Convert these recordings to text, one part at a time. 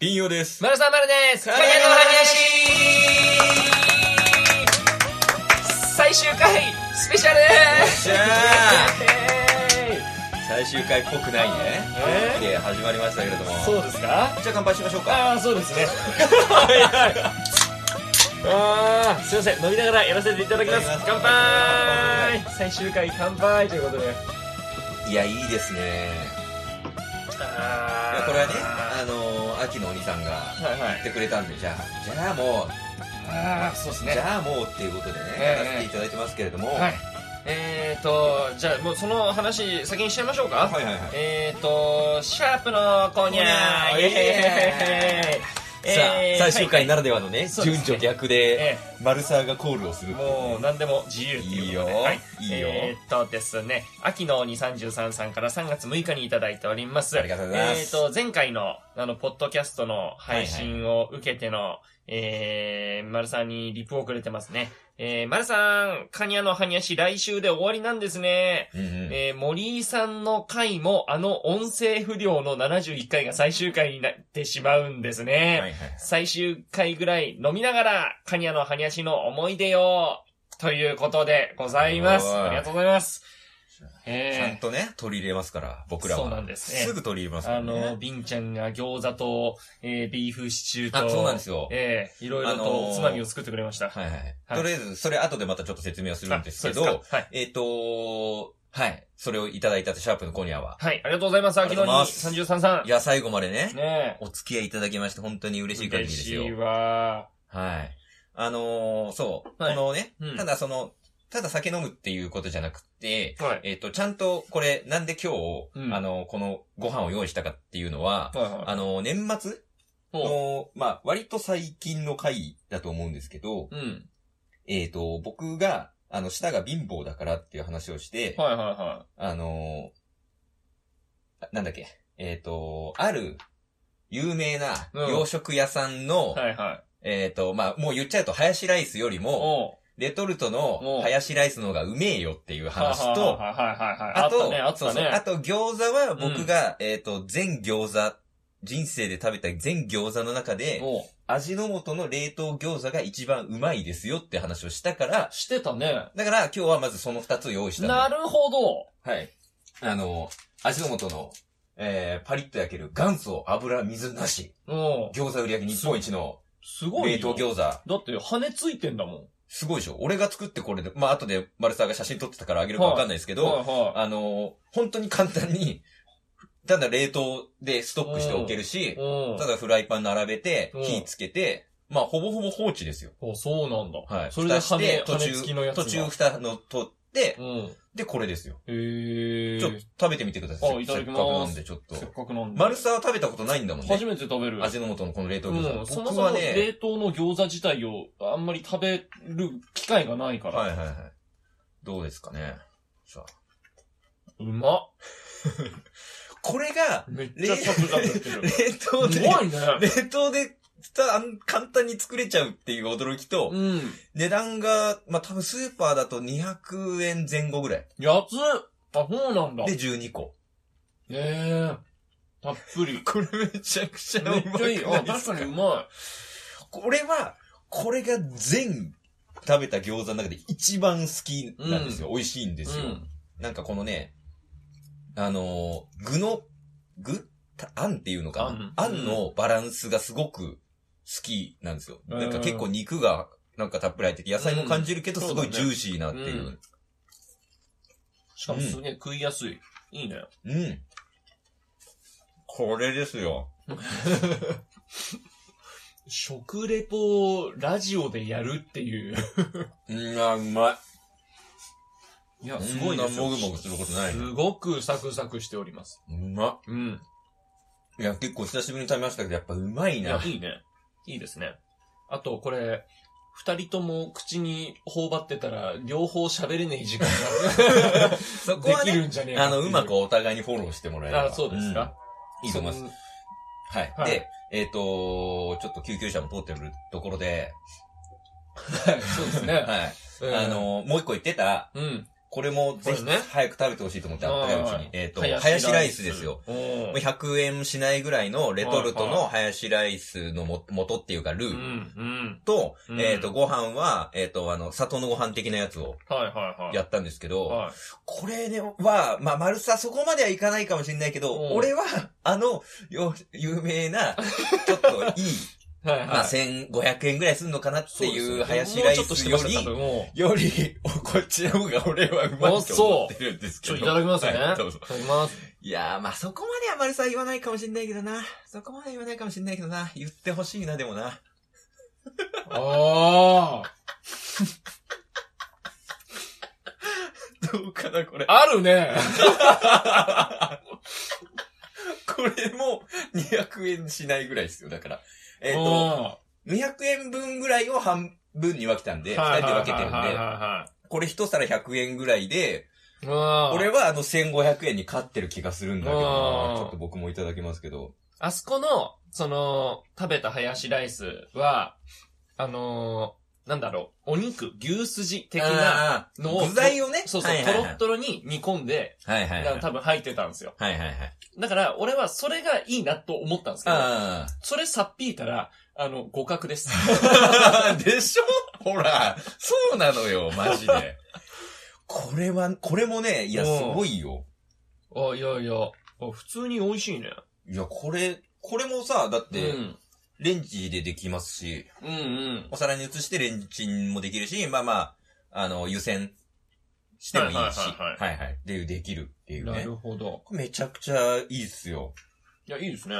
金曜です。マルサンマルですカレーの話最終回スペシャルしゃイエー最イ終回っぽくないね。えーで、始まりましたけれども。そうですかじゃあ乾杯しましょうか。ああそうですねはいはいあーすいません飲みながらやらせていただきます乾杯最終回乾杯ということでいや、いいですね。いあやーこれはね、あのー、秋のお兄さんがはいは言っていくれたんで、じゃあ、じゃあもう、ああそうですねじゃあもうっていうことでね、えやえらせていただいてますけれども。はい。えーと、じゃあもうその話先にしちゃいましょうか。はいはいはいえーと、シャープのコーニャー。コーニャーイエーイさあ、えー最終回ならではのね、そうで順すね序逆でえ、マルサーがコールをするはいもう何でも自由っていうことでいいよはい、いいよえーとですね秋の鬼33さんから3月6日にいただいておりますありがとうございますえーと前回のあのポッドキャストの配信を受けての、えー、丸さんにリプをくれてますね。えー、丸さん、カニアのハニヤシ来週で終わりなんですね。うんうんえー森井さんの回もあの音声不良の71回が最終回になってしまうんですね。はいはい最終回ぐらい飲みながら、カニアのハニヤシの思い出を、ということでございます。おーありがとうございます。ちゃんえとね、取り入れますから、僕らは。そうなんですええすぐ取り入れますー、からあね。の、ビンちゃんが餃子と、えービーフシチューと、あ、そうなんですよ。えーいろいろあのとーおつまみを作ってくれました。はいはい。はいとりあえず、それ後でまたちょっと説明をするんですけあそうどで、すかはい。えっ、とはい。それをいただいたシャープのコニアは。はい、ありがとうございます。ありがと秋のうにございます33さん。いや、最後までね、ねえ。お付き合いいただきまして、本当に嬉しい限り嬉ですしよい。わはい。あのーそう、はいこのね、うんただその、ただ酒飲むっていうことじゃなくて、ー。はい。えっ、と、ちゃんと、これ、なんで今日、うんあの、このご飯を用意したかっていうのは、はいはいあの、年末の、まあ、割と最近の回だと思うんですけど、うん。えっ、と、僕が、あの、舌が貧乏だからっていう話をして、はいはいはあのーあなんだっけ、えっ、と、ある、有名なうん洋食屋さんの、い。はいはい。えっ、と、まあ、もう言っちゃうと、ハヤシライスよりも、おうレトルトのおハヤシライスの方がうめえよっていう話はと、いはいはいはいはい。ああったと、ね、あっそうたそうあね。と餃子は僕が、えっ、と、全餃子、人生で食べた全餃子の中で、おう味の素の冷凍餃子が一番うまいですよって話をしたから、してたね。だから今日はまずその二つを用意したのなるほど。はい。あの、味の素の、えー、パリッと焼ける元祖油水なし、うん。餃子売り上げ日本一のすごい冷よ。凍餃子。だって羽ついてんだもん。すごいでしょ俺が作ってこれで、まあ、後で丸沢が写真撮ってたからあげるかわかんないですけど、はいはあの、本当に簡単に、ただ冷凍でストックしておけるしい。、うんた。だフライパン並べてう、ん火つけて、まあ、ほぼほぼ放置ですよ。おそうなんだ。はい。それで蓋し羽て、途羽付きのや中、つが。途中蓋の取って、うん。で、これですよ。へえ。ちょっと食べてみてください。あいただきませっかくなすんで、ちょっとせ。っかくなんで。マルサは食べたことないんだもんね初。めて食べる。味の素のこの冷凍うん。餃子。そも僕そもはね冷、凍の餃子自体をあんまり食べる機会がないかはいら。はいはい。どうですかね。さあうまっ。これが、めっちゃチャプチャプやってる冷。凍すで、ごいね。冷凍で、たあん簡単に作れちゃうっていう驚きと、うん。値段が、まあ、多分スーパーだと200円前後ぐらい。安っあ、そうなんだ。で、ね12個。え。たっぷり。これ めちゃくちゃうめまっちゃいい。くなあ、いで確すかかにうまこれは、これが全食べた餃子の中で一番好きなんですよ。美味しいんでい。すよ。うん。なんかこのね、あのー具の、具たあんっていうのかなああんんのバランスがすごく好きなんですよ。うんなんか結構肉がなんかたっぷり入ってて、野菜も感じるけどうんすごいジューシーなっていうう。しかもすげえ食いやすい。いいね。うん。これですよ。食レポをラジオでやるっていう。うん、あ、うま いや、い。すごいですよ。そんなもぐもぐすることない。うすごくサクサクしております。まうん。いや、結構久しぶりに食べましたけど、やっぱうまいいなや、。いいね。いいですね。あと、これ、二人とも口に頬張ってたら、両方喋れねえ時間がそ できるんじゃねえかあってい。の、うまくお互いにフォローしてもらえれば。あ、そうですか。うん。いいと思います。す。はい。はいで、えっ、とちょっと救急車も通ってるところで、はい、そうですね。はい。うんあ、のもう一個言ってた、うん。これもぜひこれね早く食べてほしいと思って、あったかいうちに。えっと、ハヤシ林ライスですよ。。おもうー100円しないぐらいのレトルトのハヤシライスのも元っていうかルうん、うーん。と、うんえっと、ご飯は、えっと、あの、里のご飯的なやつをはいはいはい。やったんですけど、はい。これねは、まあ、丸さそこまではいかないかもしれないけど、うん俺は、あの、よ、有名 な、ちょっといい、はいはい。まあ、1500円ぐらいすんのかなっていうハヤシライスよもうちょっとしてましたり、多分もうより、おこっちの方が俺はうまいと思ってるんですけちょど。っといただきますね。はいいたどだうぞきます。いやー、まあ、そこまでは丸さん言わないかもしんないけどな。そこまで言わないかもしんないけどな。言ってほしいな、でもな。ああ。どうかな、これ。あるね。これも200円しないぐらいですよ、だから。えっ、と、と、 200円分ぐらいを半分に分けたんで、2はい人で分けてるんはいはいで、はこれ一皿100円ぐらいで、いはい。俺俺、はあの1500円に勝ってる気がするんだけどなうんちょっと僕もいただきますけど。あそこの、その、食べたハヤシライスは、あのー、なんだろう、お肉、牛すじ的な、あーのを具材をね、そうそう、はいトはいロはッいトロに煮込んで、はいはいはい。多分入ってたんですよ。はいはいはい。だから、俺はそれがいいなと思ったんですけど、あそれさっぴいたら、あの、互角 です。あ。 でしょほら、そうなのよ、マジで。 これは、これもね、いや、うすんごいよ。あ、いやいや、あ普通に美味しいね。いや、これ、これもさ、だってう、ん。レンジでできますし、うんうん。お皿に移してレンチンもできるし、まあまあ、あの、湯煎してもいいし、ははいはいいはい。で、できるっていうなねる。ほど。めちゃくちゃいいっすよ。いや、いいですね。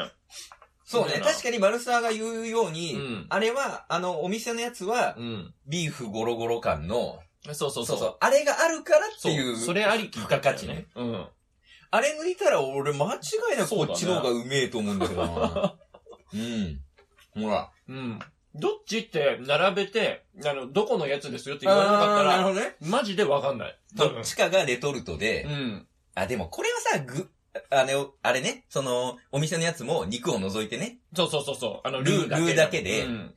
そうね、確かかにマルサーが言うように、うんあれは、あの、お店のやつは、うん。ビーフゴロゴロ感の、そうそそうそうそ、う。そうあれがあるからっていうう。それありき付加価値ね。。うん。あれ抜いたら俺間違いなくそこうだねっちの方がうめえと思うんだけど な。うん。ほら。うん。どっちって並べて、あの、どこのやつですよって言われなかったあーなるら、ほどね。マジでわかんない。多ど分っ。ちかがレトルトで、うん。あ、でもこれはさ、ぐ、あれを、あれね、その、お店のやつも肉を除いてね。そうそうそうそう。あの、ルールーだけ。ルーだけでうん。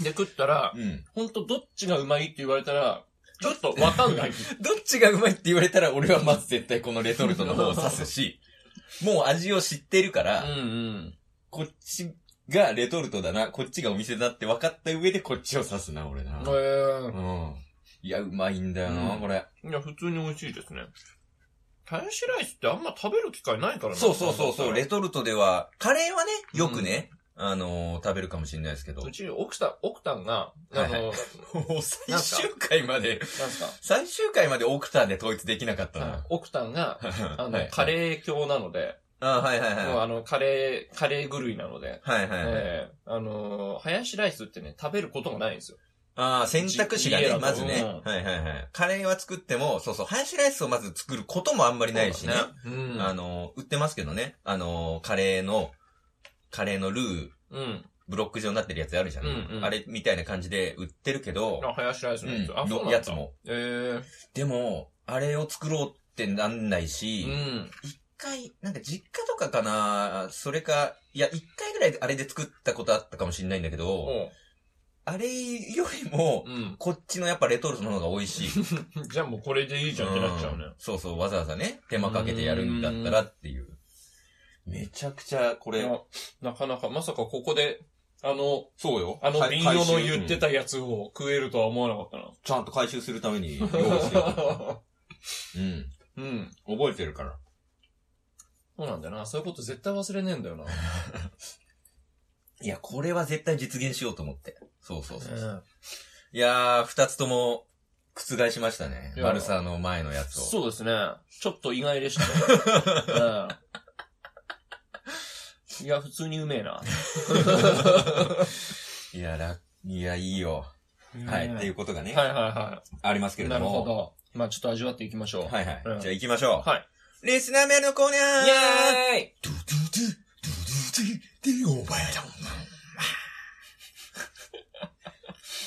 で、食ったら、うん。ほんとどっちがうまいって言われたら、ちょっとわかんない。どっちがうまいって言われたら俺はまず絶対このレトルトの方を指す し、もう味を知ってるから、うんうん。こっちがレトルトだな、こっちがお店だって分かった上でこっちを指すな、俺な。えー。うん。いや、うまいんだよな、うんこれ。いや、普通に美味しいですね。ハヤシライスってあんま食べる機会ないからね。そうそうそうそう、レトルトでは、カレーはね、うんよくね、あのー食べるかもしれないですけどう。ち、奥さん、奥さんが、あの、はいはいなんもう最終回まで、すか、最終回までオクターで統一できなかったあな。奥さんが、あの、はいカレー教なので、あ、はいはいはい。もうあの、カレー、カレー狂いなので、はいはいはい。ええあのー、ハヤシライスってね、食べることもないんですよ。ああ、選択肢が家だね、とまずね。うはいはいはい。カレーは作っても、そうそう、ハヤシライスをまず作ることもあんまりないしね。うん。あのー、売ってますけどね。あのー、カレーの、カレーのルー、うん。ブロック状になってるやつあるじゃん。うんうんあれみたいな感じで売ってるけど、あ、ハヤシライうスのやんつ。あ、そうなのんだやつ。も。えでも、あれを作ろうってなんないえし、うん。一回、なんか実家とかかな、それか、いや、一回ぐらいあれで作ったことあったかもしれないんだけど、おうあれよりも、うん。こっちのやっぱレトルトの方が美味しい。 じゃあもうこれでいいじゃんってなっちゃうねん。そうそう、わざわざね、手間かけてやるんだったらっていう。めちゃくちゃ、こいれ、やなかなか、まさかここで、あの、そうよあの、瓶用の言ってた、たやつを食えるとは思わなかったちゃんと回収するために用意して るから。な。うん。 うん。覚えてるから。そうなんだよな。そういうこと絶対忘れねえんだよな。いや、これは絶対実現しようと思って。そうそうそう。うんいやー、二つとも、覆しましたね。いやマルサーの前のやつを。そうですね。ちょっと意外でしたね。 うんいや、普通にうめえな。いや、ら、いや、いいよ。はい。っていうことがね、はいはいはありますけい。れなどるほも。ど。まあちょっと味わっていきましょう。はいはい。うんじゃあ行きましょう。はい。リスナーメールのコーナーーイェーイドゥドゥドゥ、ドゥドゥドゥ、ドゥオーバーだもん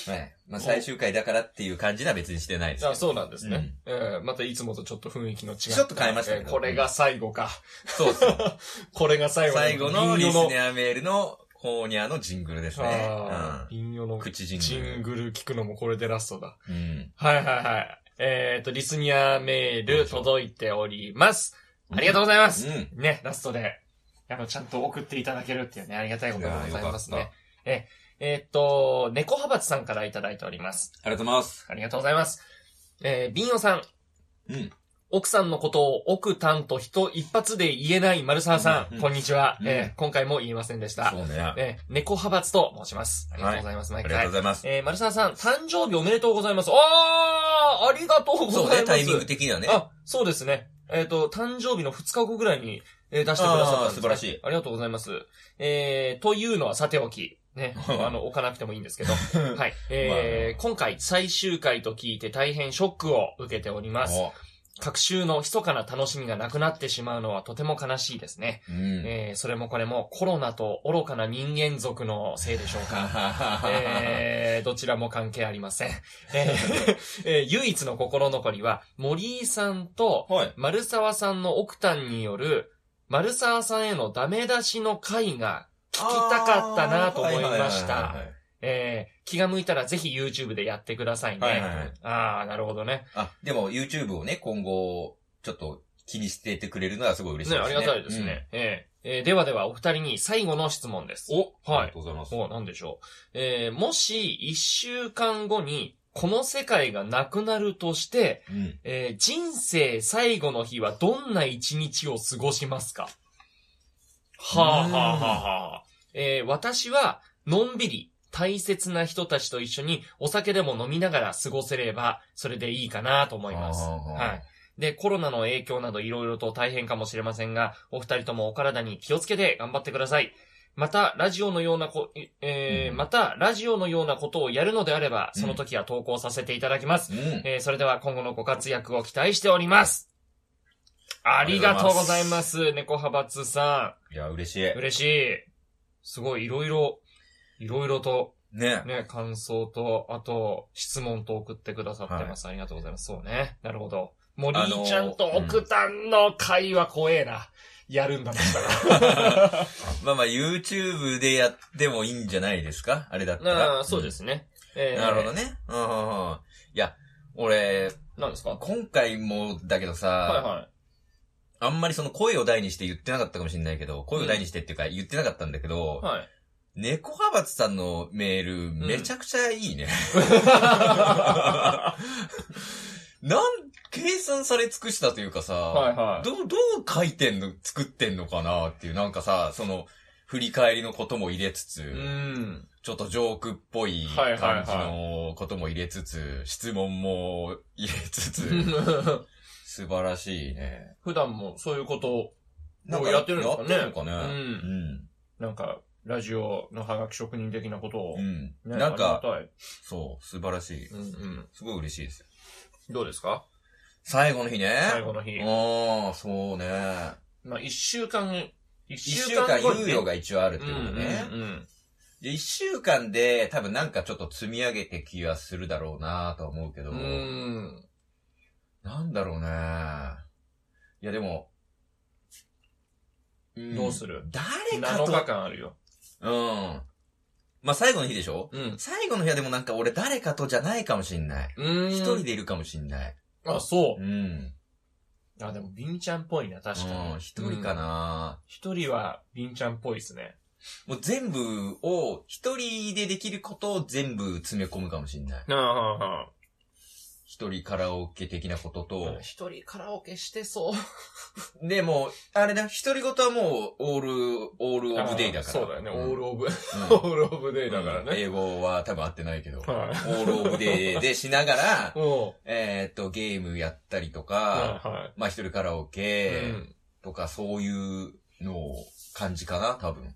な。 はい。まあ、最終回だからっていう感じでは別にしてないですけどあそうなんですね。えーまたいつもとちょっと雰囲気の違う。ちょっと変えましたけどえーこれが最後か。そうですよ。これが 最後最後のリリスナの。ーメールのコーニャーのジングルですね。あーう銀色のん、口ジンジグングル聞くのもこれでラストだ。ル。うん。はいはいはい。えっ、と、リスニアメール届いております。ありがとうございます。うん。ね、ラストで、あの、ちゃんと送っていただけるっていうね、ありがたいことでございますいやーよね。え、えーっと、猫派閥さんからいただいております。ありがとうございます。ありがとうございます。えー、ビンヨさん。うん奥さんのことを奥たんと人一発で言えない丸沢さうんん、うんこんにちは、うんえー今回も言えませんでした。そうね。ありえー猫派閥と申します。ありがとうございます、毎がとう回ご。ざいます。えー、丸沢さん、誕生日おめでとうございます。あーありがとうございそうます。ね、タイミング的にはね。あ、そうですね。えっ、と、誕生日の2日後ぐらいに、えー出してくださったんです、ね。あー素晴らしい。ありがとうございます。えー、というのはさておき。 ね。あの、置かなくてもいいんですけど。はい。えー今回最終回と聞いて大変ショックを受けております。お各週の密かな楽しみがなくなってしまうのはとても悲しいですね。うん。 えー、それもこれもコロナと愚かな人間族のせいでしょう か。えーどちらも関係ありません。えーえー唯一の心残りは、森井さんとはい。丸沢さんの奥端による、丸沢さんへのダメ出しの回が、聞きたかったなと思いましたえー気が向いたらぜひ YouTube でやってくださいね。はいはいはいああ、なるほどね。あ、でも YouTube をね、今後、ちょっと気にしててくれるのはすごい嬉しいでね、すありね。がたいですね。えーえーではではお二人に最後の質問です。うん。おはいありがとうございます。お、なんでしょう。えーもし一週間後に、この世界がなくなるとして、うん。えー人生最後の日はどんな一日を過ごしますかはあ、はあはあはあえー私は、のんびり、大切な人たちと一緒にお酒でも飲みながら過ごせれば、それでいいかなと思います。はい。で、コロナの影響などいろいろと大変かもしれませんが、お二人ともお体に気をつけて頑張ってください。また、ラジオのようなこ、えーうんまた、ラジオのようなことをやるのであれば、その時は投稿させていただきます。うん。えーそれでは今後のご活躍を期待しております。ありがとうございます。猫派閥さいや、嬉しいん。。嬉しい。すごい、いろいろ、いろいろと、ね。ね、感想と、あと、質問と送ってくださってます。ありがとうございます。そうね。なるほど。森あの井ちゃんと奥さんの会話怖えな。やるんだとし たら。まあまあ YouTube でやってもいいんじゃないですかあれだったら。。あーそうですすね。えーなるほど。ね。うんうんうん。いや、俺、何ですかは今回もだけどさ、いはあんまりその声を大にして言ってなかったかもしれないけど、声を大にしてっていうか言ってなかったんだけど、い。はい。猫派閥さんのメール、んめちゃくちゃい いね。なん、計算され尽くしたというかさ、はいはい。どう、どう書いてんの、作ってんのかなっていう、なんかさ、その、振り返りのことも入れつつ、うん。ちょっとジョークっぽいはいはい感はいじのことも入れつつ、質問も入れつつ、 素晴らしいね。普段もそういうことを、なんかやってるんですかねやってるのかね。うんなんか、ラジオのハガキ職人的なことをうん。う。ん。ねなんか、ありそう、素晴らしい。がたいうんうん。すごい嬉しいですよ。どうですか最後の日ね。最後の日。ああ、そうね。まあ、一週間、一一週間後にね猶予が一応あるっうてんことね。うんうんで、一週間で多分なんかちょっと積み上げて気はするだろうなとは思うけど、うん。なんだろうね。いやでも、んどうする誰か7と日、間あるよ。うん。まあ、最後の日でしょうん。最後の日はでもなんか俺誰かとじゃないかもしんない。うん。一人。でいるかもしんない。あ、そうう。ん。あ、でも、ビンちゃんっぽいな、確かうに。ん一人かうん。な、一人は、ビンちゃんっぽいですね。もう全部を、一人でできることを全部詰め込むかもしんない。ああ、一人カラオケ的なことと、一人カラオケしてそう。でも、あれだ、独り言はもう、オール、オールオブデイだから。そうだよね。オールオブ、うんオールオブデイだからうんね。英語は多分合ってないけど、オはい。、ールオブデイでしながら おうえーっと、ゲームやったりとはか、いはまあ一人カラオい。ケとか、そういうのを感じかな、多分。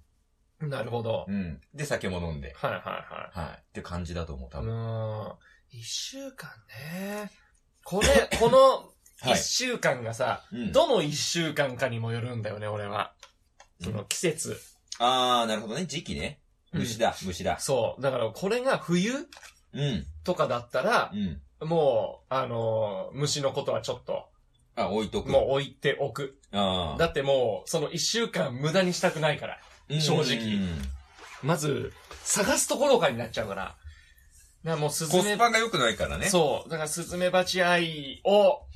うん。なるほど。うん。で、酒も飲んで。はいはいはい。はい。って感じだと思う、多う分。ん。一週間ね。これ、この一はい。週間がさ、うんどの一週間かにもよるんだよね、俺は。その季節。あー、なるほどね。時期ね。虫だ、虫だ。そう。だからこれが冬うん。とかだったらう、ん。もう、あのー虫のことはちょっと、あ、置いとく。もう置いておく。あだってもう、その一週間無駄にしたくないから。ー正直うんまず、探すところからになっちゃうから。だからもうスズコメス、パが良くないからね。そう。だからスズメバチ愛を、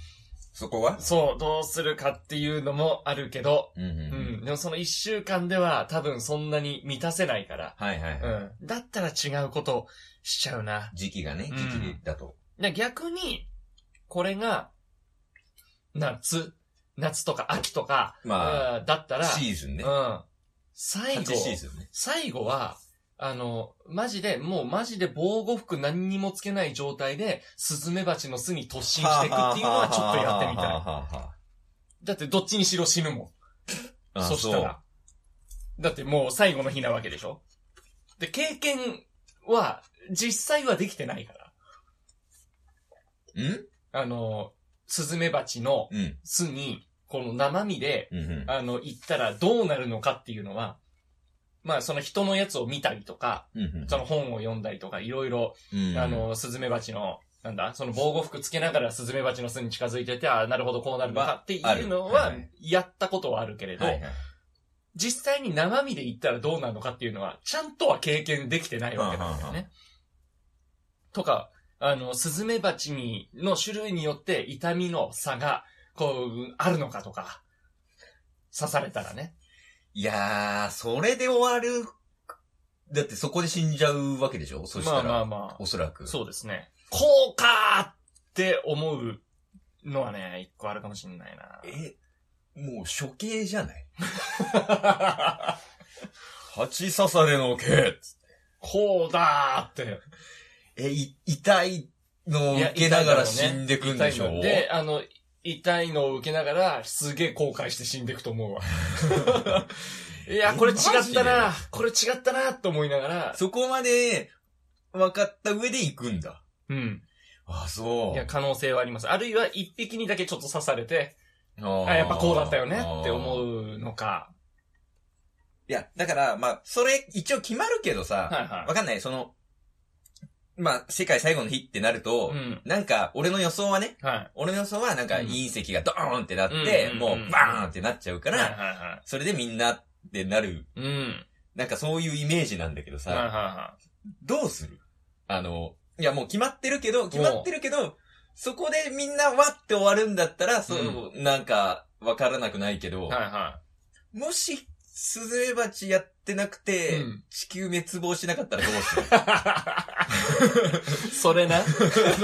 そこはそう、どうするかっていうのもあるけど、うんうんう。うんん。でもその一週間では多分そんなに満たせないから、はいはいはい。うん。だったら違うことしちゃうな。時期がね、う時ん期だと。だから逆に、これが、夏、夏とか秋とか、まうんだったあ、ら、シーズンね。うん。最後8、シーズンね。最後は、あの、マジで、もうマジで防護服何にもつけない状態で、スズメバチの巣に突進していくっていうのはちょっとやってみたい。ただってどっちにしろ死ぬもん。そしたら。だってもう最後の日なわけでしょで、経験は、実際はできてないから。うんあの、スズメバチのうん。巣に、この生身で、うんうん。あの、行ったらどうなるのかっていうのは、まあその人のやつを見たりとか、うんうんその本を読んだりとか、いろいろうんあ、の、スズメバチの、なんだ、その防護服つけながらスズメバチの巣に近づいてて、ああ、なるほど、こうなるのまかっていうのあはるはい、やったことはあるけれど、はいはい実際に生身で行ったらどうなるのかっていうのは、ちゃんとは経験できてないわけなんだうよんうんね。とか、あの、スズメバチに、の種類によって痛みの差が、こう、あるのかとか、刺されたらね。いやー、それで終わる。だってそこで死んじゃうわけでしょそしたまあら。まあまおそらく。あ、う。そうですね。こうかーって思うのはね、一個あるかもしんな いな。え、もう処刑じゃない蜂刺されの刑こうだーって。え、い痛いのを受けながら死んでくんでしょ痛いので、あの、痛いのを受けながら、すげえ後悔して死んでいくと 思うわ。いや、これ違っマたな、これ違ったなと思いながら、そこまで分かった上で行くんだ。うん。あ、そう。いや、可能性はあります。あるいは、一匹にだけちょっと刺されて、ああ、やっぱこうだったよねってう。思うのか。いや、だから、まあ、それ一応決まるけどさ、はいはわかんない、その、まあ、世界最後の日ってなると、い。うん。なんか、俺の予想はね、はい。俺の予想はなんかうん隕石がドーンってなっうんうんてう、んもうバーンってなっちゃうかはいはいら、はそれでみんなってなる、い。うん。なんかそういうイメージなんだけどはいはいさ、はどうするあの、いやもう決まってるけど、決まってるけど、そこでみんなわって終わるんだったら、そう、なんか、わからなくないけどい。、はいはもし、スズメバチやってなくてうん、地球滅亡しなかったらどうするい。そ れな。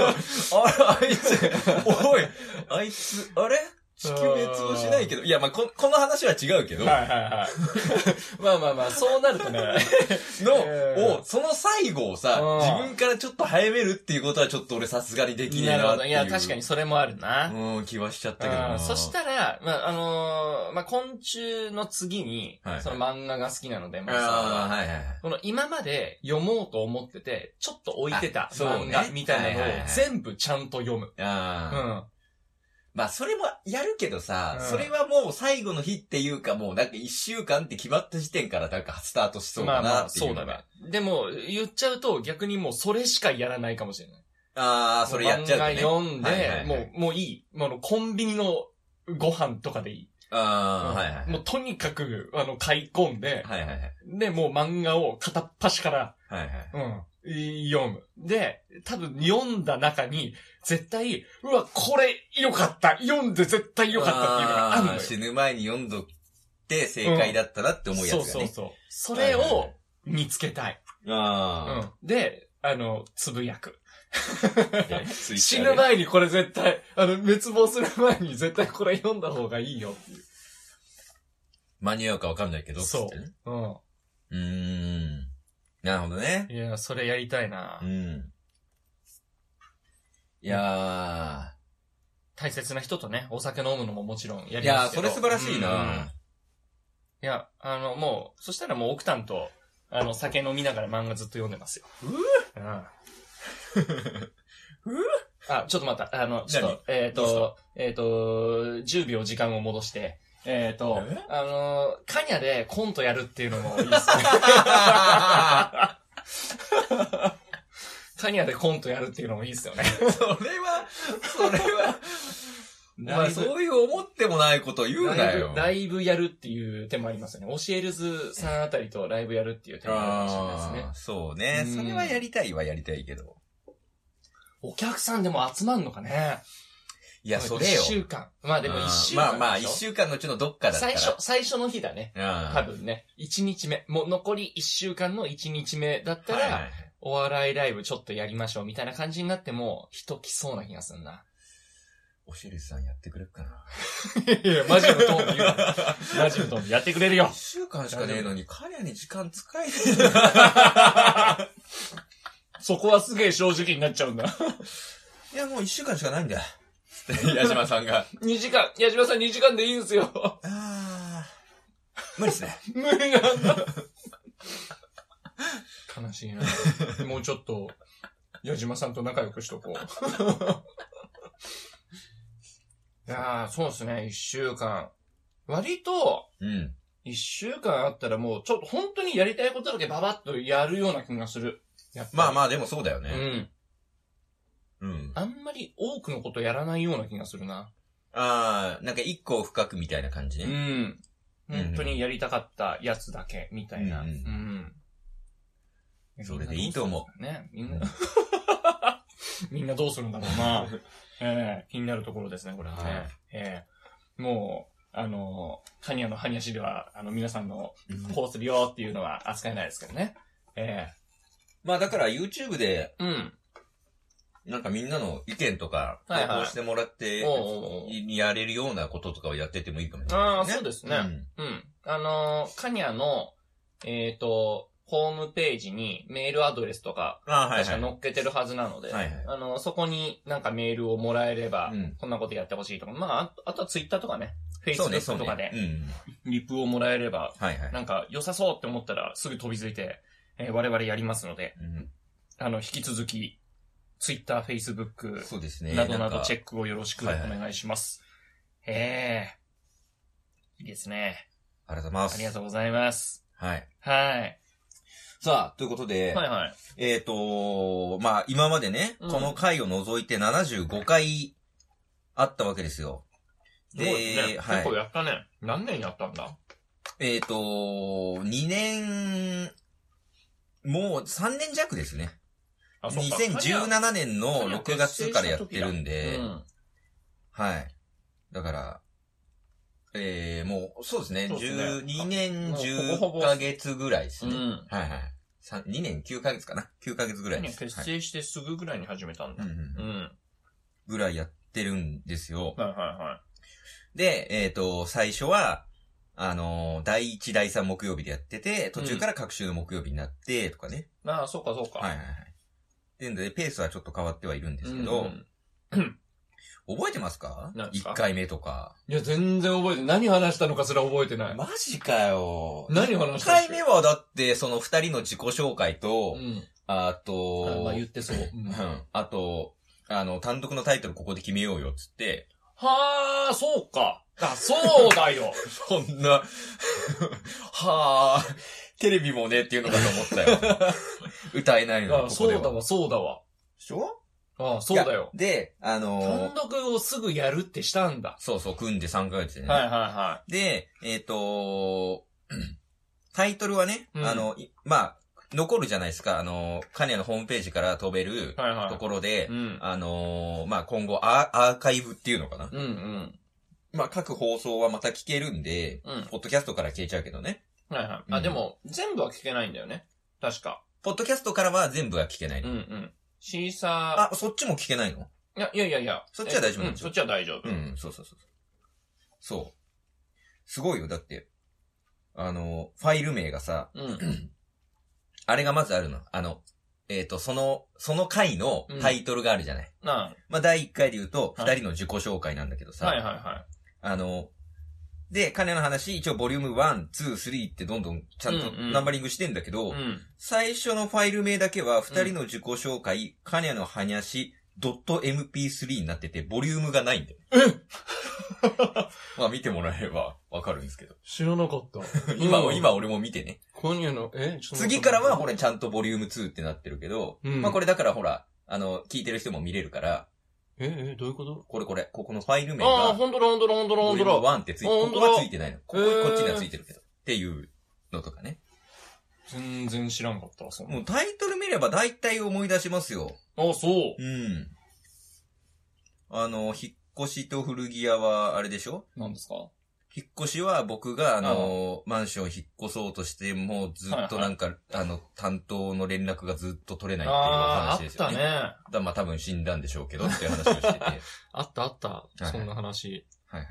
あれ、あいつ、おい、あいつ、あれ地球滅亡しないけど、いや、まあこ、この話は違うけど、はいはいはい。 まあまあまあ、そうなると ね。 えーの、を、その最後をさうん、自分からちょっと早めるっていうことはちょっと俺さすがにできねえるなほってど。いう。いや、確かにそれもあるな。うん、気はしちゃったけどうんな。そしたら、まあ、あのーまあ、昆虫の次に、はいはいその漫画が好きなので、まあああ、はいはいはい。この今まで読もうと思ってて、ちょっと置いてたあそう漫ね画みたいなはいはいのはをい全部ちゃんと読む。あうあ、ん。まあ、それもやるけどさ、うんそれはもう最後の日っていうか、もうなんか一週間って決まった時点からなんかスタートしそうまだあまなあ、っていうそのうが。だね。でも、言っちゃうと逆にもうそれしかやらないかもしれない。ああ、それやっちゃうとね。漫画読んで、はいはいはいもう、もういい。もうあの、コンビニのご飯とかでいい。ああ、はいはい。もうとにかく、あの、買い込んで、はいはいはい。で、もう漫画を片っ端から、はいはい。うん、い読む。で、多分読んだ中に、絶対、うわ、これ、良かった読んで絶対良かったっていうのがあるのーよ。死ぬ前に読んどって正解だったなって思うやつがそうね。そうそう。それはいはいはをい見つけたい。あうん。で、あの、つぶやく。あ、でツイッ 死ターでぬ前にこれ絶対、あの、滅亡する前に絶対これ読んだ方がいいよっていう。間に合うかわかんないけど、そうつってねうん。うーん。なるほどね。いや、それやりたいなう。ん。いや大切な人とね、お酒飲むのももちろんー。いやりまやー、すけど。それ素晴らしいうんうんな。いや、あの、もう、そしたらもう奥ンと、あの、酒飲みながら漫画ずっと読んでますよ。ううん。 うあ、ちょっと待った。あの、ちょっと、えっ、どうしと、えっ、と、10秒時間を戻して、えっ、とえ、あの、カニャでコントやるっていうのもいいですね。 カニャでコントやるっていうのもいいですよね。それは、それは、だいぶまあそういう思ってもないこと言うなよ。ライブライブやるっていう手もありますよね。教えるずさんあたりとライブやるっていう手もあるかもしれないですねあ。ーそうねう。んそれはやりたいはやりたいけど。お客さんでも集まんのかね。いや、それよ一。週間。まあでも一週うん間でしょ。まあまあ、一週間のうちのどっかだった最ら。初、最初の日だね。うん。多分ね。一日目。もう残り一週間の一日目だったら、はいはいお笑いライブちょっとやりましょうみたいな感じになっても、人来そうな気がすんな。おしりさんやってくれるかな。いやいや、マジのトーン言うな。マジのトーンやってくれるよ一。週間しかねえのに、彼に時間使えねそこはすげえ正直になっちゃうんだ。え。いや、もう一週間しかないんだよ。つって矢島さんが。 2時間、矢島さん2時間でいいんですよ。あー。無理ですね。無理なんだ。 悲しいな。もうちょっと、矢島さんと仲良くしとこう。いやー、そうですね、1週間。割と、うん。一週間あったらもう、ちょっと本当にやりたいことだけババッとやるような気がする。まああ。まあ、でもそうだようね。ん。うん。あんまり多くのことやらないような気がするな。あー、なんか一個を深くみたいな感じうね。ん。本当にやりたかったやつだけ、みたいな。ううんん。それでいいと思う。ね、みんうんな。 みんなどうするんだろうな。 ええ気になるところですね、これはね。はいええもう、あの、カニアのハニヤシでは、あの、皆さんのこうするよっていうのは扱えないですけどね。え まあだから YouTube で、えうん。なんかみんなの意見とか、投はいはい稿してもらって、おうおうおうやれるようなこととかをやっててもいいかもしれない、ああ、そうですね。うん。あのーカニャの、えっ、と、ホームページにメールアドレスとか、うん。ああ、はい確はかい。載っけてるはずなので、はいはいあのーそこになんかメールをもらえれば、うんこんなことやってほしいとか、まあ、あとあとはツイッターとかね、フェイスそうブね、ッそうクね。とかで、うん。リプをもらえれば、はいはい。なんか良さそうって思ったらすぐ飛びついて、えー我々やりますので、うあの、引き続き、ツイッター、フェイスブックん、、そうですね。などなどチェッックをよろしくおはいはい願いします。ええいいですね。ク。ありがとうございます。ありがとうございます。はい。はい。さあ、ということで、はいはい。えっ、とまあ、今までね、うんこの回を除いて75回あったわけですよ。で、すごいね、は結構い。やったね。何年やったんだえっ、と2年、もう3年弱ですね。あ、そっか。 2017年の6月からやってるんうで、ん。はい。だから、えー、もう、そうですね、そうですね12年もうほ10ぼほぼヶ月ぐらいですうね。ん。はいはい。さ2年9ヶ月かな ?9 ヶ月ぐらいです。結成してすぐぐらいに始めたんだ。はいうんうんううんん。はぐらいやってるんですよい。はいはで、えっ、と、最初は、あのー第1、第3木曜日でやってて、途中から各週の木曜日になって、とかね。い。ああ、そうかそうか。はいはいはい。っていうので、ペースはちょっと変わってはいるんですけうど、ん覚えてますか何です ?1 か回目とか。いや、全然覚えてない。何話したのかすら覚えてない。マジかよ何話1した回目はだって、その2人の自己紹介と、うん。あと、あまあ言ってそう。うんあと、あの、単独のタイトルここで決めようよ、つって、はあ、そうか。あ、そう だよ。そんな、はぁ、テレビもねっていうのかと思った よ。歌えないのあに、ここそうでだは。わ、そうだわ。しょあそうだよ。。いやで、あの単ー、独をすぐやるってしたんだ。そうそう、組んで3ヶ月でね。はいはいはで、えっ、とータイトルはね、うんあの、いまあ、残るじゃないですか、あのー、カネのホームページから飛べるい。はいはい。ところで、うん。あのー、まあ、今後アー、アーカイブっていうのかな。うんうん。まあ、各放送はまた聞けるんで、うん。ポッドキャストから消えちゃうけどね。はいはうい。んあ、でも、全部は聞けないんだよね。確か。ポッドキャストからは全部は聞けない。うんうん。シーサあ、そっちも聞けないのー、いやいやいやいや。そっちは大丈夫えうんそっちは大丈夫。うん、そうそうそうそう。そう。すごいよ、だって。あの、ファイル名がさ、うん。あれがまずあるの。あの、えっ、と、その、その回のタイトルがあるじゃない。なまあ、第1回で言うと、は二い人の自己紹介なんだけどあ。さ、はいはいはあの、で、金の話、一応ボリューム1、2、3ってどんどんちゃんとうんうんナンバリングしてんだけど、い。うん。最初のファイル名だけは、二人の自己紹介、カニャの話、.mp3 になってて、ボリュームがないんだよ。 まあ見てもらえればわかるんですけど。知らなかった。 今、今俺も見てね。今夜の、え次からは、ほら、ちゃんとボリューム2ってなってるけど、うんまあこれだからほら、あの、聞いてる人も見れるから、え、え、どういうことこれこれ、ここのファイル名ああ、が、ほんとだほんとだほんとだほボんリューとムだ。 1ってついて、あこ本こ当だはついてないの。ここ、へーこっちにはついてるけど。っていうのとかね。全然知らんかったわ、そんなもうタイトル見れれば大体思い出しますよ。あ、そう。うん。あの、引っ越しと古着屋は、あれでしょなんですか引っ越しは僕が、あの、マンション引っ越そうとして、もうずっとなんか、あの、担当の連絡がずっと取れないっていうおああ話ー、あでっすよたね。ね。だまあ多分死んだんでしょうけどっていう話をしてて。 はいあったあったい。はいそんな話。はい。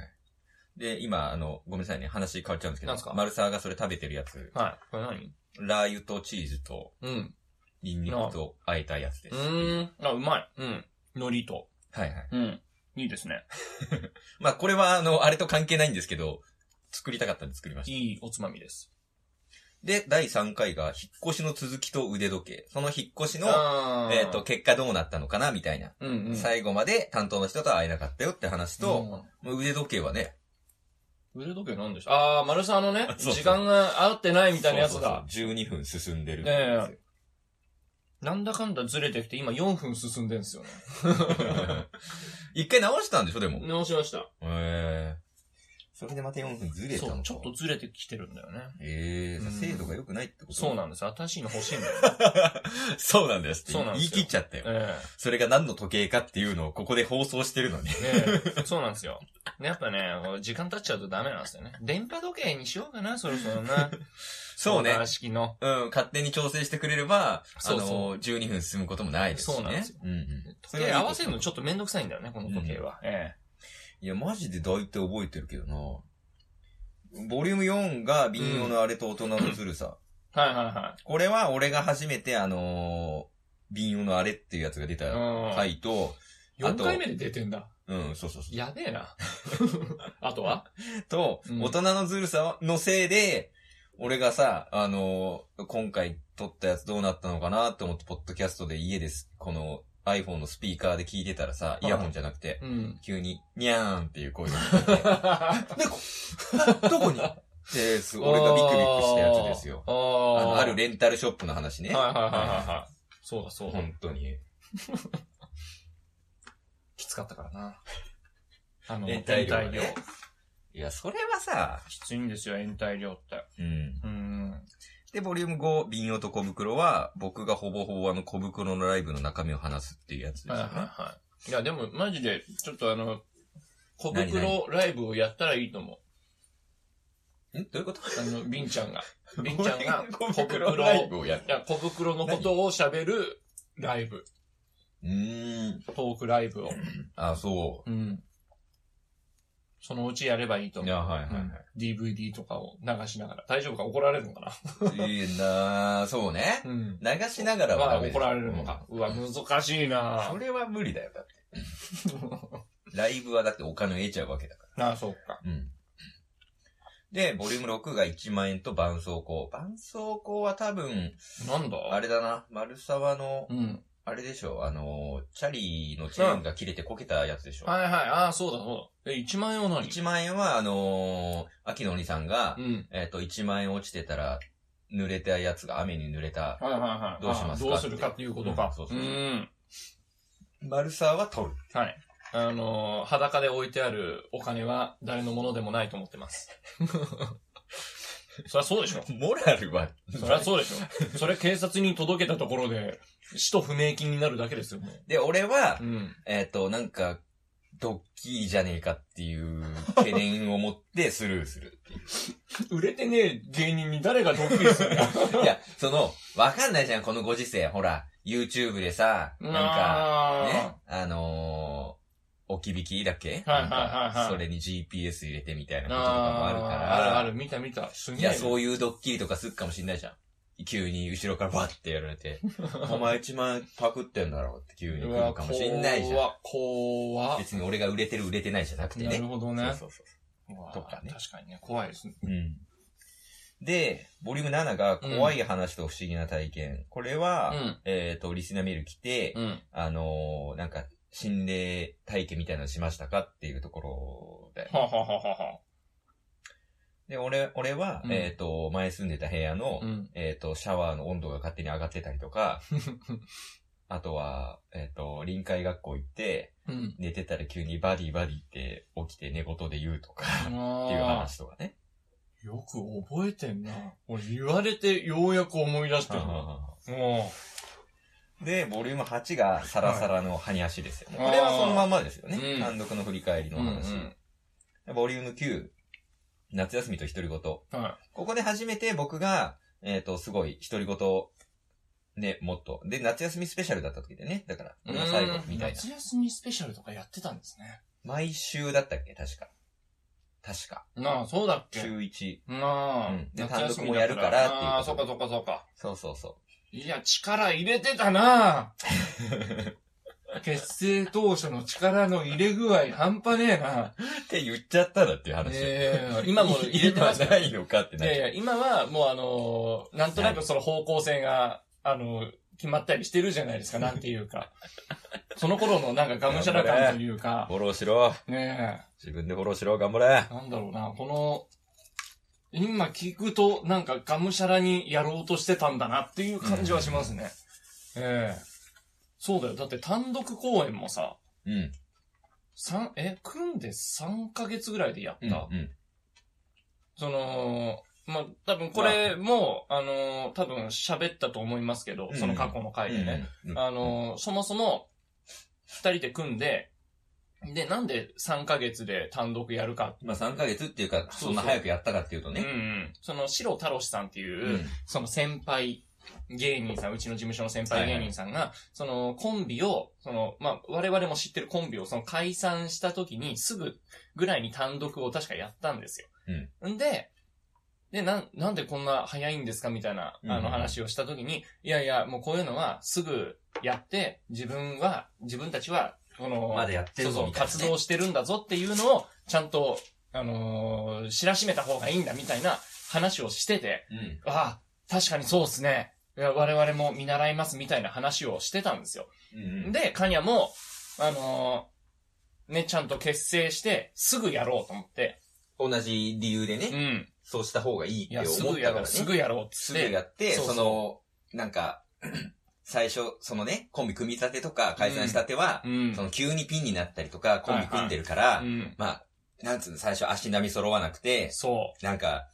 で、今、あの、ごめんなさいね、話変わっちゃうんですけなんすど、かマルサーがそれ食べてるやつ、はい。これ何ラー油とチーズとうん。ニンニクと和えたやつでうす。ーん。あ、うまい。うん。海苔と。はいはい。うん。いいですね。まあこれは、あの、あれと関係ないんですけど、作りたかったんで作りました。いいおつまみです。で、第3回が、引っ越しの続きと腕時計。その引っ越しの、のえっ、と、、結果どうなったのかな、みたいな。うんうん。最後まで担当の人と会えなかったよって話と、と、もう腕時計はね、腕時計なんでしょああ、丸さんのね、そうそう時間が合ってないみたいなやつそうそうだ。そう12分進んでる。ねえなんだかんだずれてきて、今4分進んでんすよね。 一回直したんでしょ、でも。直しました。ええそれでまた4分ずれたそのうか、。ちょっとずれてきてるんだよね。ええうん精度が良くないってことそ うななんです。新しいの欲しいんだよ。 んそうなんですってそうなんで言すいよ切っちゃったよ。えそれが何の時計かっていうのをここで放送してるのに。えねえそうなんですよ。ねやっぱね、時間経っちゃうとダメなんですよね。電波時計にしようかな、そろそろな。 そうねモータ。ー式の。うん、勝手に調整してくれれば、そうそうあの、12分進むこともないですしね。そうなんですようんうん。そ時れはいい計こと合わせるのちょっとめんどくさいんだよね、この時計は。えいや、マジで大体覚えてるけどな。ボリューム4が貧乏のあれと大人のずるさ。えはいはいはこれは俺が初めてあのー、貧乏のあれっていうやつが出い。た回と、うん。あ4と回目で出てんだ。うん、そうそうそう。やべえ な。あとはと、うん大人のずるさのせいで、俺がさ、あのー今回撮ったやつどうなったのかなと思って、ポッドキャストで家です、この iPhone のスピーカーで聞いてたらさ、イヤホンじゃなくて、うん。急に、にゃーんっていう声が聞こえて。猫どこにって、す俺がビクビクしたやつですよ。ああーの、あるレンタルショップの話ね。はいはいはいはいはい。そうだそうだ。本当に。きつかったから な。あの、延延滞滞料がね量。いや、それはさ、きついんですよ、延滞量って。うん。うん。で、ボリューム5、瓶男小袋は、僕がほぼほぼあの小袋のライブの中身を話すっていうやつではすいはよいね。はい。いや、でも、マジで、ちょっとあの、小袋ライブをやったらいいと思う。んどういう こと、あの、ビンちゃんが。ビンちゃんが小小袋袋を、ライいブをやる。や、小袋のことを喋るライブ。うーん。トークライブを。あ、そうん。そのうちやればいいとう。い思う。や、はいはいうん DVD とかを流しながら。大丈夫か怒られるのかなはい。いいなーそうね。うん。流しながらまはあダメです怒られるのか。。うわ、難しいうんなそれは無理だよ、だって。 ライブはだってお金を得ちゃうわけだかなあ、そうか。ら。うん。で、ボリューム6が1万円と絆創膏。絆創膏は多分、なんだあれだな、丸沢の、うん。あれでしょ、あの、チャリのチェーンが切れてこけたやつでしょ。はいはい。ああ、そうだそうだ。え、1万円は何1万円は、あのー秋のお兄さんが、うん。えっ、と、1万円落ちてたら、濡れたやつが雨に濡れた。はいはいはい。どうしますかああどうするかっていうことうかん。そうう。そうん丸沢は取る。 はい。あのー、裸で置いてあるお金は誰のものでもないと思っ てます。そりゃそうでしょ。モラルは、そりゃそうでしょ。それ警察に届けたところで、使途不明金になるだけですよ、もで、俺はう。う、ん。えっ、と、なんか、ドッキリじゃねえかっていう懸念を持って スルーする。売れてねえ芸人に誰がドッキ リするのいや、その、わかんないじゃん、このご時世。ほら、YouTube でさ、なんか、ねか、、あのー、置き引きだっけはいはいはいはいなんかそれに GPS 入れてみたいなこととかもあるかあら。あ、あるある、見た見た。すげえ。いや、 そうういうドッキリとかするかもしんないじゃん。急に後ろからバッてやられて、お前1万円パクってんだろうって急に来るかもしんないじゃん。わ、怖っ別に俺が売れてる売れてないじゃなくてなるね。ほどそうね。そうそうわとかね確かにね、怖いですね。う。うん。で、ボリューム7が怖い話と不思議な体験。これは、うんえっ、と、リスナーメール来て、うん。あのーなんか、心霊体験みたいなのしましたかっていうところで。ははははは。で、俺、俺は、うんえっ、と、前住んでた部屋の、うん。えっ、と、シャワーの温度が勝手に上がってたりと か、あとは、えっ、と、臨海学校行って、うん。寝てたら急にバディバディって起きて寝言で言うとか、っていうあ話とかね。ーよく覚えてんな。俺言われてようやく思い出してる。あもで、ボリューム8がサラサラのハニ足ですよね。はいこれはそのまんまですよねう。ん単独の振り返りの話。うんでボリューム9、夏休みと独り言。こはこで初めて僕が、えっ、と、すごい独り言、ね、もっと。で、夏休みスペシャルだった時でね。だから、こい。れが最後みたいな。夏休みスペシャルとかやってたんですね。毎週だったっけ確か。確か。なあ、そうだっけ週1。なあうん。で夏休み単独もやるからっていうことああ、そうかそうかそうか。そうそうそいや、力入れて たな あ結成当初の力の入れ具合半端ねえな。う。って言っちゃったらっていう話。ええ今も入れてます今からないのかっていなっやいちゃう。や、今はもうあのーなんとなくその方向性が、あのー決まったりしてるじゃな いですか、なんていうか。その頃のなんかがむしゃら感というか、フォローしろ。ね自分でフォローしろ。頑張れ。え、なんだろうな、この、今聞くとなんかがむしゃらにやろうとしてたんだなっていう感じはしますね。ええそうだよ。だって単独公演もさ、うん。三、え、組んで3ヶ月ぐらいでやった。うん。うんその、まあ、多分これも、あ、のー、多分喋ったと思いますけど、うんその過去の回でね。うんあのー、そもそも、二人で組んで、で、なんで3ヶ月で単独やるか。まあ3ヶ月っていうか、そうそうそんな早くやったかっていうとうんうね。ん。その、白太郎さんっていう、うんその先輩芸人さん、うちの事務所の先輩芸人さんが、そのコンビを、その、まあ、我々も知ってるコンビをその解散した時にすぐぐらいに単独を確かやったんですよ。んで、で、なん、なんでこんな早いんですかみたいな、うんあの話をした時に、いやいや、もうこういうのはすぐやって、自分は、自分たちは、この、まだやってるそうぞそう、みたいなね。活動してるんだぞっていうのを、ちゃんと、あのー知らしめた方がいいんだみたいな話をしてて、うん。ああ、確かにそうですね。いや我々も見習いますみたいな話をしてたんですよ。うんうん。で、カニャも、あのーね、ちゃんと結成して、すぐやろうと思って、同じ理由でうね、ん。そうした方がいいっいてや、す思っぐやたかろらう、ね。すぐやろうっつすっぐて。やって、そうそうその、なんか、 最初、そのね、コンビ組み立てとか解散したてはう、んそ。の急にピンになったりとか、コンビ組んでるからう、ん。まあ、なんつうの、最初足並み揃わなくて、そなんか、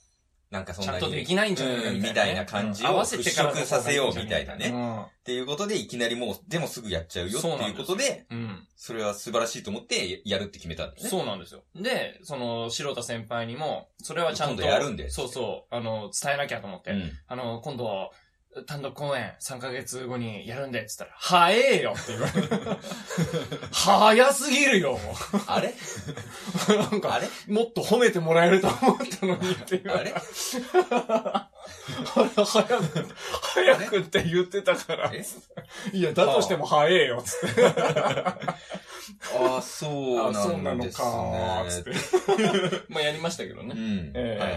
なんかう。そんちゃなんとでに、きないんじゃないかうんねみたいな感じをうん合わせてからの方がいいんじゃ払拭なさせようみたいなねね。っていうことでいきなりもう、でもすぐやっちゃうよってそうないんうですこよとで、うん。うんそれは素晴らしいと思ってやるって決めたんだよね。そうなんですよ。で、その、白田先輩にも、それはちゃん今と、度やるんでそうそう、あの、伝えなきゃと思って、 うん。あの、今度、単独公演3ヶ月後にやるんで、っつったら、早えよって言われて。早すぎるよあれなんか、あれもっと褒めてもらえると思ったのにっていう。あれあれ早く、早くって言ってたから。 えいや、だとしても早えよ、つって。ああ、そうなんです、ね。あそうなのかーつって まあやりましたけどうね。ん。えはえいはい